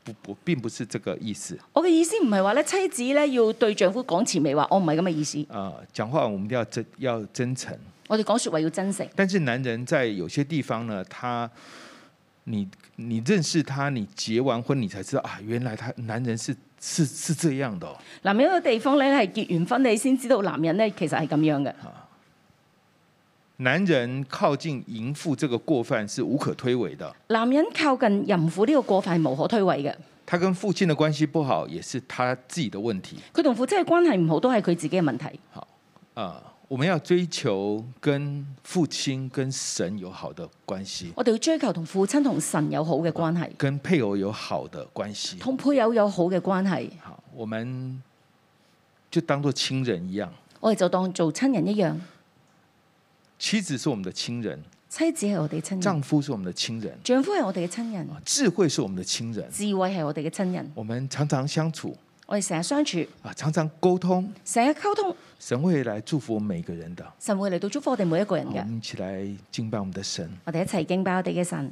不不，我并不是这个意思
我嘅意思唔係話咧妻子咧要對丈夫講前未話，我唔係咁嘅意思。
啊、呃讲话我们要真要真诚，
我哋講説話要真誠，
但是男人在有些地方呢，他。你你认识他，你结完婚你才知道啊，原来他男人是是是这样的、哦。
男人嘅地方咧係結完婚你先知道男人咧其實係咁樣嘅。
男人靠近淫妇这个过犯是无可推诿的，
男人靠近淫婦呢個過犯係無可推諉嘅，
他跟父亲的关系不好也是他自己的问题
佢同父親嘅關係唔好都係佢自己嘅問題。
啊、我们要追求跟父亲、跟神有好的关系，
我哋要追求同父親同神有好嘅關係，
跟配偶有好的关系。
同配偶有好嘅關係，
好，我们就当做亲人一样，
我哋就當做親人一樣。
妻子是我们的亲人，
妻子係我哋嘅親人，
丈夫是我们的亲人，啊
丈夫係我哋嘅親人，
智慧是我们的亲人。
智慧係我哋嘅親人。
我们常常相处
我哋成日相處，
啊，常常沟通，
成日溝通，
神会来祝福每个人的。好
神會嚟到祝福我哋每一個人
我
嘅。
们一起来敬拜我们的神。
我哋一齊敬拜我哋嘅神。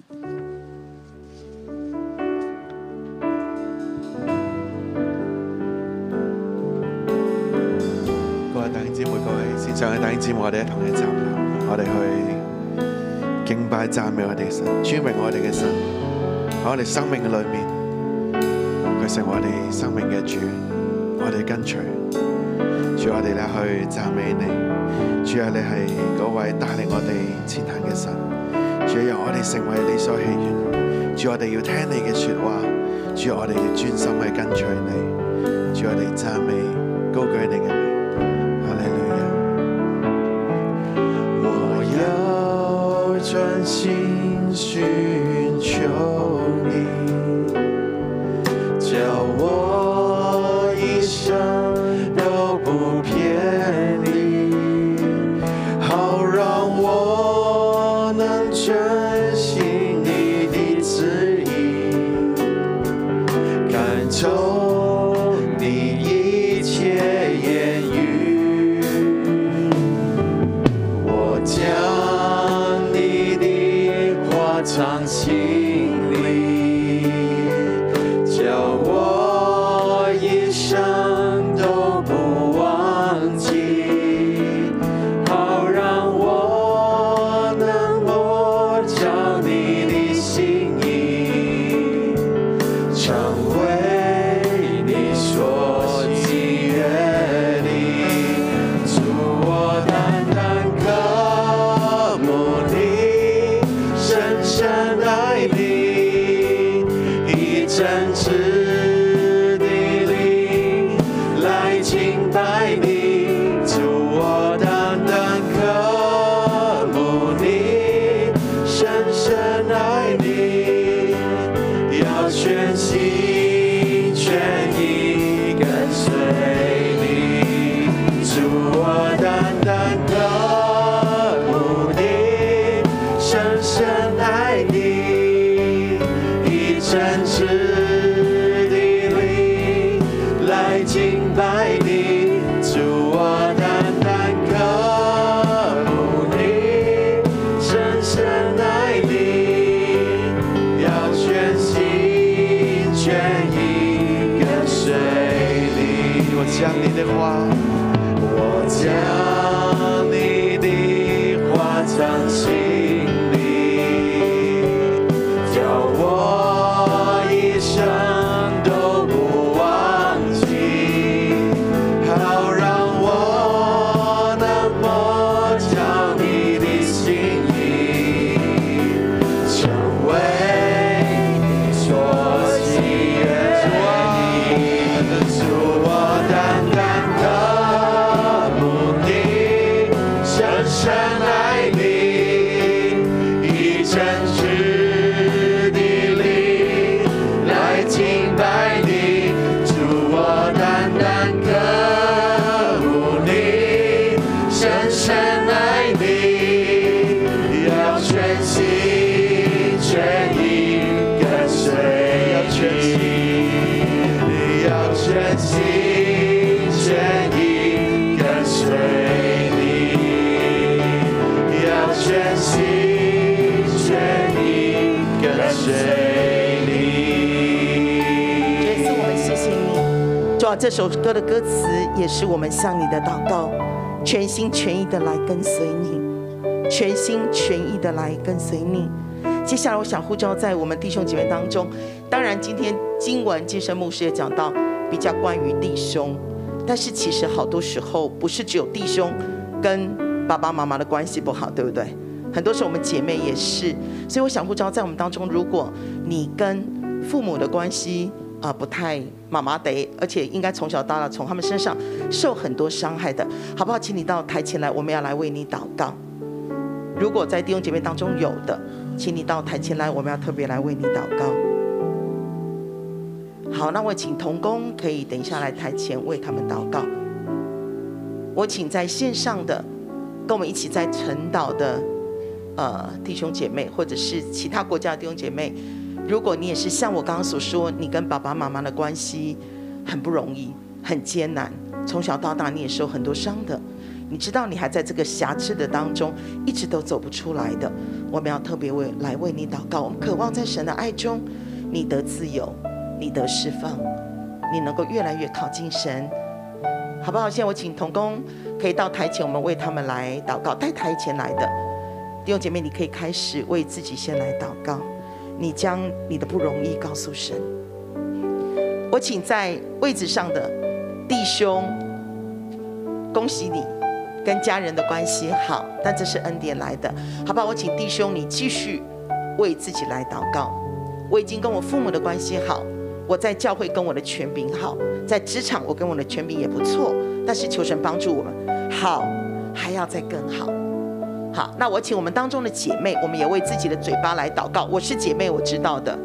各位弟兄姊妹，各位線上嘅弟兄姊妹，我哋一同去站立，我哋去敬拜讚美我哋嘅神，尊榮我哋嘅神喺我哋生命嘅裏面，佢成為我哋生命嘅主，我哋跟隨主，我哋咧去讚美你，主啊，你係嗰位帶領我哋前行嘅神，主啊，讓我哋成為你所喜悦，主我哋要聽你嘅说話，主我哋要專心去跟隨你，主我哋讚美高舉你嘅名。哈利路亚！我要专心寻求你，叫我一生都不偏离，好让我能珍惜你的旨意。感受你一切言语，我将你的话藏心里，叫我一生都不忘记，好让我能摸着你的心意。成为真挚的灵来敬拜你，救我单单渴慕你，深深爱你，要全心全意跟随你，主我单单渴慕你，深深爱你，以真挚的灵来敬拜你，主我单单渴慕你，深深爱你。要全心全意跟随你。我将你的话，我将你的话藏心里，叫我一生都不忘记，好让我能摸着你的心意。成为你所喜悦的你，主我单单的慕你，深深爱你，以真挚的灵来敬拜你，主我单单的慕你，深深爱你，要全心全意跟随你，要全心全意跟随你，要全心全意跟随你。
耶稣，我们谢谢你。主啊，这首歌的歌词也是我们向你的祷告，全心全意的来跟随你，全心全意的来跟随你。接下来，我想呼召在我们弟兄姐妹当中，当然今天经文健身牧师也讲到比较关于弟兄，但是其实好多时候不是只有弟兄跟爸爸妈妈的关系不好，对不对？很多时候我们姐妹也是，所以我想呼召在我们当中，如果你跟父母的关系啊、不太妈妈得，而且应该从小到大从他们身上受很多伤害的，好不好？请你到台前来，我们要来为你祷告。如果在弟兄姐妹当中有的，请你到台前来，我们要特别来为你祷告。好，那我请童工可以等一下来台前为他们祷告。我请在线上的跟我们一起在晨祷的呃弟兄姐妹，或者是其他国家的弟兄姐妹，如果你也是像我刚刚所说，你跟爸爸妈妈的关系很不容易，很艰难，从小到大你也受很多伤的，你知道你还在这个瑕疵的当中，一直都走不出来的，我们要特别为来为你祷告，我们渴望在神的爱中，你得自由，你得释放，你能够越来越靠近神。好不好？现在我请童工可以到台前，我们为他们来祷告。带台前来的弟兄姐妹，你可以开始为自己先来祷告，你将你的不容易告诉神。我请在位置上的弟兄，恭喜你跟家人的关系好，但这是恩典来的，好不好？我请弟兄你继续为自己来祷告。我已经跟我父母的关系好，我在教会跟我的权柄好，在职场我跟我的权柄也不错，但是求神帮助我们，好还要再更好。好，那我请我们当中的姐妹，我们也为自己的嘴巴来祷告。我是姐妹，我知道的。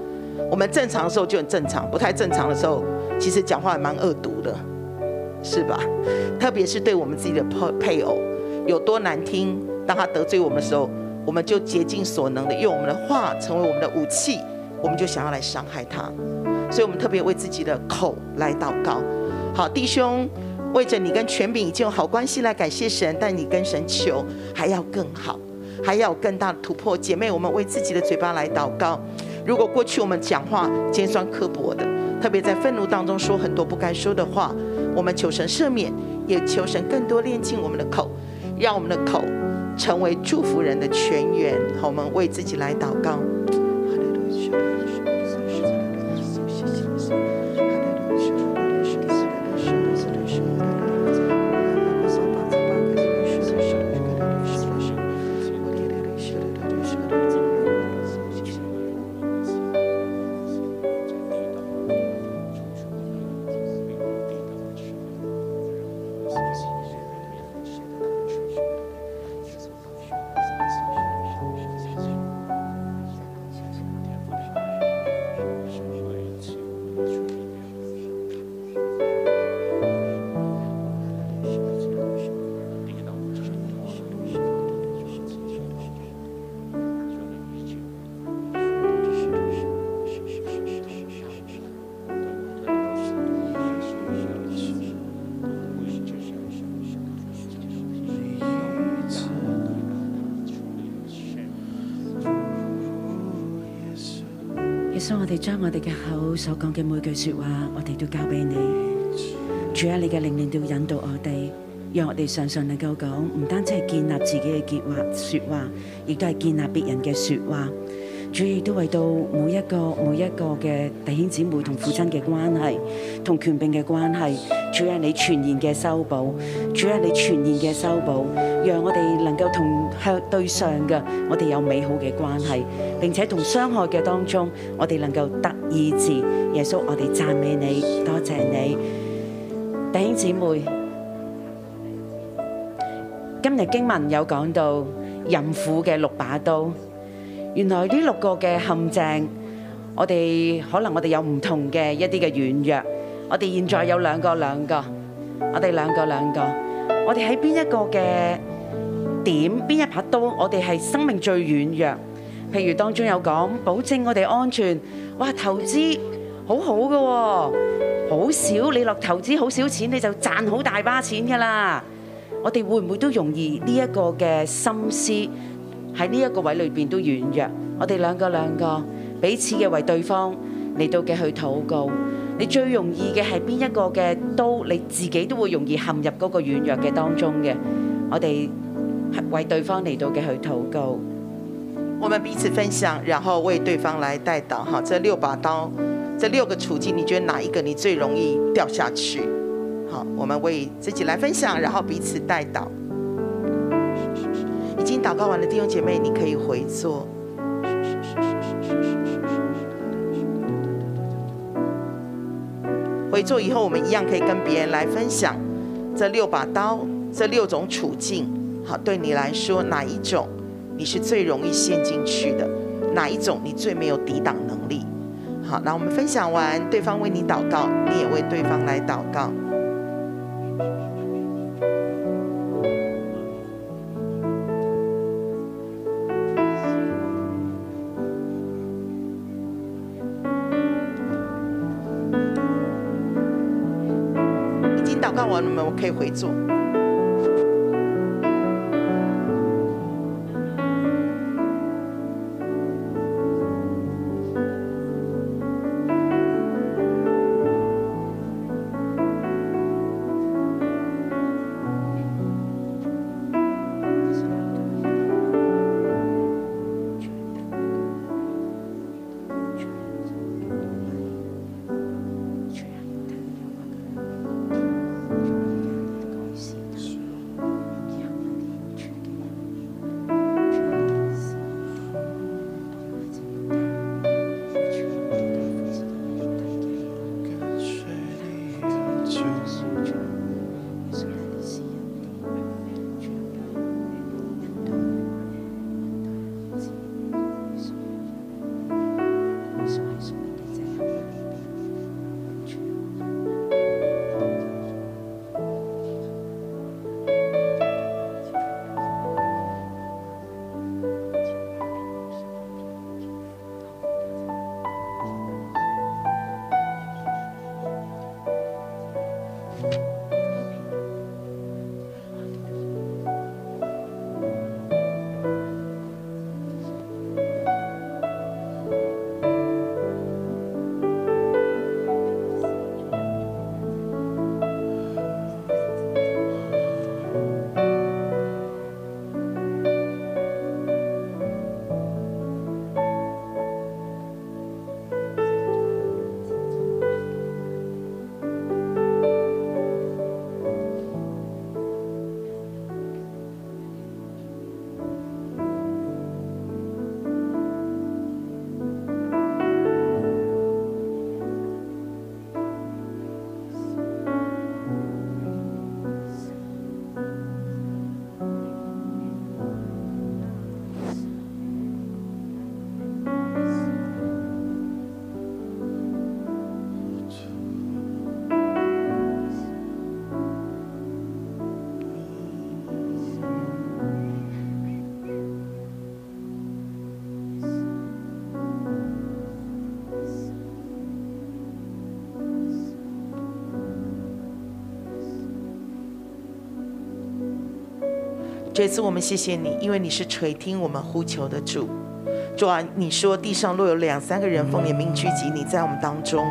我们正常的时候就很正常，不太正常的时候，其实讲话还蛮恶毒的，是吧？ 特别是对我们自己的配配偶有多难听，当他得罪我们的时候，我们就竭尽所能的用我们的话成为我们的武器，我们就想要来伤害他。所以我们特别为自己的口来祷告。好，弟兄，为着你跟权柄已经有好关系来感谢神，但你跟神求还要更好，还要有更大的突破。姐妹，我们为自己的嘴巴来祷告。如果过去我们讲话尖酸刻薄的，特别在愤怒当中说很多不该说的话，我们求神赦免，也求神更多炼净我们的口，让我们的口成为祝福人的泉源。好，我们为自己来祷告。
哋將我哋嘅口所講嘅每句说話，我哋都交俾你。主啊，你嘅靈令都引導我哋，讓我哋常常能夠講，唔單止係建立自己嘅結話说話，亦都係建立別人嘅说話。主亦都為到每一個每一個嘅弟兄姊妹同父親嘅關係，同權柄嘅關係，主啊，你全然嘅修補，主啊，你全然嘅修補，讓我哋能夠同向對上嘅，我哋有美好嘅關係，並且同傷害嘅當中，我哋能夠得醫治。耶穌，我哋讚美你，多謝你，弟兄姊妹。今日經文有講到淫婦嘅六把刀。原來呢六個嘅陷阱，我哋可能我哋有唔同嘅一啲嘅軟弱，我哋現在有兩個兩個，我哋兩個兩個，我哋喺邊一個嘅點，邊一把刀，我哋係生命最軟弱。譬如當中有講保證我哋安全，哇投資好好嘅喎、好少你落投資好少錢你就賺好大把錢㗎啦。我哋會唔會都容易呢一個嘅心思喺呢一個位裏邊都軟弱？我哋兩個兩個彼此嘅為對方嚟到嘅去禱告。你最容易嘅係邊一個嘅刀？你自己都會容易陷入嗰個軟弱嘅當中嘅。我哋為對方嚟到嘅去禱告。
我们彼此分享，然后为对方来代祷。哈，这六把刀，这六个处境，你觉得哪一个你最容易掉下去？好，我们为自己来分享，然后彼此代祷。已经祷告完了，弟兄姐妹，你可以回座。回座以后，我们一样可以跟别人来分享这六把刀，这六种处境。好，对你来说，哪一种你是最容易陷进去的？哪一种你最没有抵挡能力？好，那我们分享完，对方为你祷告，你也为对方来祷告。已经祷告完了，我们可以回座。这次我们谢谢你，因为你是垂听我们呼求的主。主啊，你说地上若有两三个人奉你的名聚集，你在我们当中。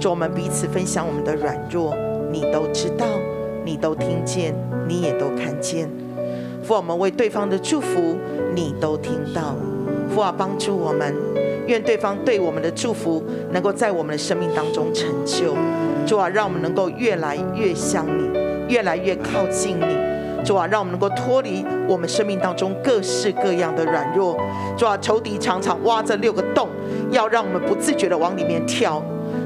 主，我们彼此分享我们的软弱，你都知道，你都听见，你也都看见。父，我们为对方的祝福，你都听到。父啊，帮助我们，愿对方对我们的祝福能够在我们的生命当中成就。主啊，让我们能够越来越像你，越来越靠近你。主啊，让我们能够脱离我们生命当中各式各样的软弱。主啊，仇敌常常挖这六个洞，要让我们不自觉的往里面跳。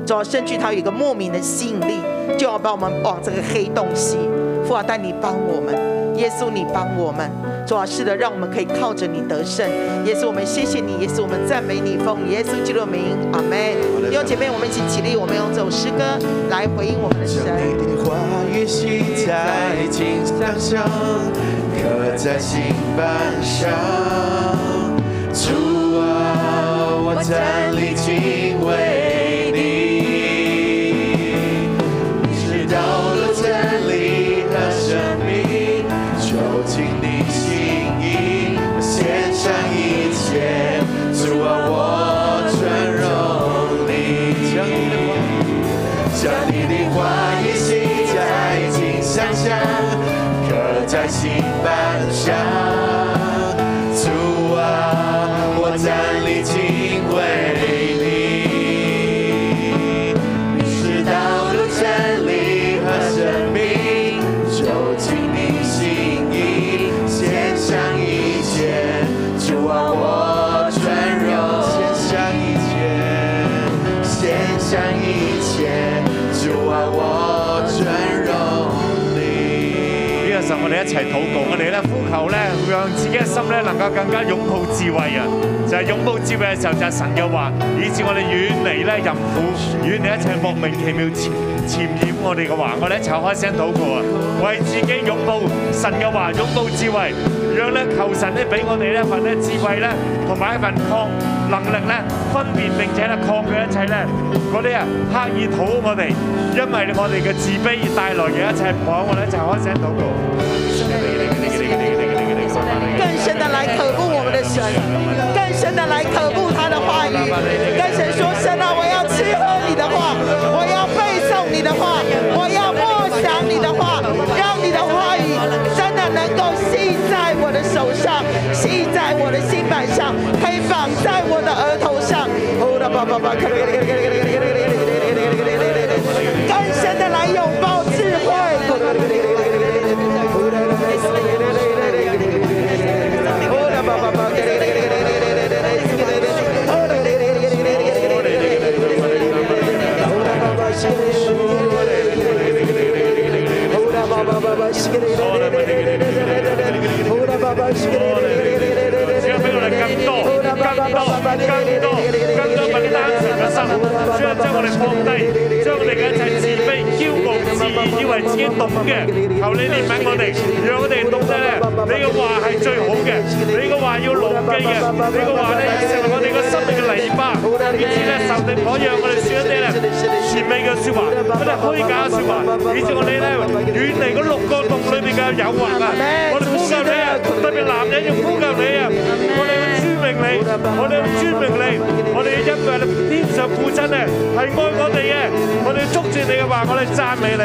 主啊，甚至他有一个莫名的吸引力，就要把我们往这个黑洞吸。父啊，但你帮我们，耶稣，你帮我们。主啊，是的，让我们可以靠着你得胜。耶稣，我们谢谢你，耶稣，我们赞美你，奉耶稣基督的名，阿门。弟兄姐妹，我们一起起立，我们用这首诗歌来回应我们的神
将。你的话语系在经上上，刻在心板上。主啊，我站立敬畏你，你是道路真理和生命，求请你心意，献上一切。主啊，我尊荣你。将你的光。将你的话语写在经上下，刻在心板上。主啊，我站立敬畏你，你是道路、真理和生命，走进你心意，献上一切。主啊，我尊荣，献上一切。献上一切，主啊，我尊荣你。
呢個時候我哋一齊禱告，我哋咧呼求咧，讓自己嘅心咧能夠更加擁抱智慧啊！就係、擁抱智慧嘅時候，就係、神嘅話，以致我哋遠離咧淫婦，遠離一切莫名其妙潛潛掩我哋嘅話。我哋一齊開聲禱告啊！為自己擁抱神嘅話，擁抱智慧，讓咧求神咧俾我哋呢一份咧智慧咧，同埋一份抗能力咧，分辨並且咧抗拒一切咧嗰啲啊刻意討好我哋，因為我哋嘅自卑而帶來嘅一切唔好。我哋一齊開聲禱告。
更深的来渴慕我们的神，更深的来渴慕他的话语，跟神说：神啊，我要吃喝你的话，我要背诵你的话，我要默想你的话，让你的话语真的能够系在我的手上，系在我的心板上，可以绑在我的额头上。更深的来拥抱智慧。
主啊，俾我哋更多、更多、更多、更多份單純嘅心。主啊，將我哋放低，將我哋嘅一切自卑、驕傲、自義，以為自己懂嘅，求你憐憫我哋，讓我哋懂得咧，你嘅話係最好嘅，你嘅話要牢記嘅，你嘅話咧要成為我哋嘅生命嘅泥巴，以致咧受敵可讓我哋說一啲咧前味嘅説話，一啲虛假嘅説話，以致我哋咧遠離嗰六個洞裏面嘅誘惑啊！我哋呼求你啊，特別男人要呼求你啊！我哋要尊榮你，我哋要尊榮你，我哋因為你天上父親咧係愛我哋嘅，我哋要捉住你嘅話，我哋讚美你。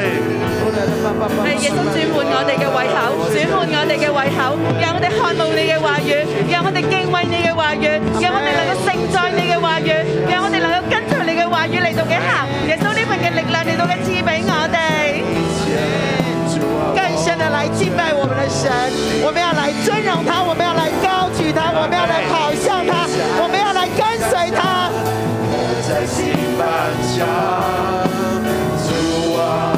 係亦都轉換我哋嘅胃口，轉換我哋嘅胃口，讓我哋渴慕你嘅話語，讓我哋敬畏你嘅話語，讓我哋能夠盛載你嘅話語，讓我哋能夠跟隨你嘅話語嚟到嘅行。耶穌呢份嘅力量嚟到嘅賜俾我哋，
更深的来敬拜我们的神，我们要来尊荣他，我们要来高举他，我们要来跑向他，我们要来跟随他。
在心板上，主啊，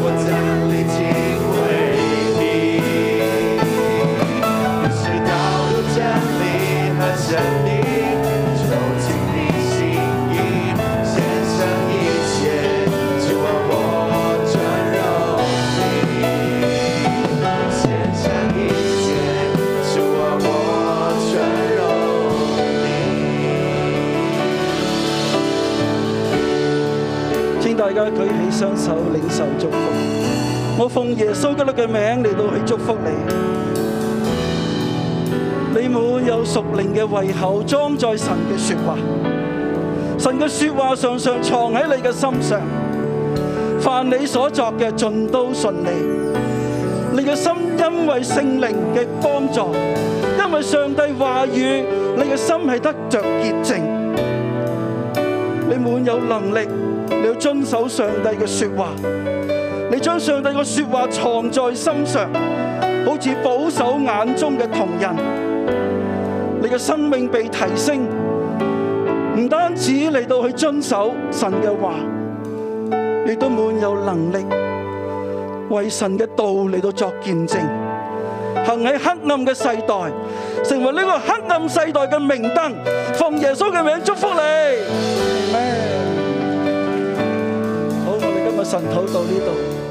我站立敬畏你，你是道路、真理和真理，走进你心意，献上一切，主啊，我尊荣你，献上一切，主啊，我尊荣你。
请大家舉起雙手領受祝福。我奉耶穌基督嘅名嚟到去祝福你。你滿有屬靈嘅胃口，裝載神嘅説話。神嘅説話常常藏喺你嘅心上，凡你所作嘅盡都順利。你嘅心因為聖靈嘅幫助，因為上帝話語，你嘅心係得着潔淨。你滿有能力，你要遵守上帝嘅説話。你將上帝嘅説話藏在心上，好似保守眼中嘅瞳人。你嘅生命被提升，唔單止嚟到去遵守神嘅話，亦都滿有能力為神嘅道嚟到作見證。行喺黑暗嘅世代，成為呢個黑暗世代嘅明燈，奉耶穌嘅名祝福你。好，我哋今日神禱到呢度。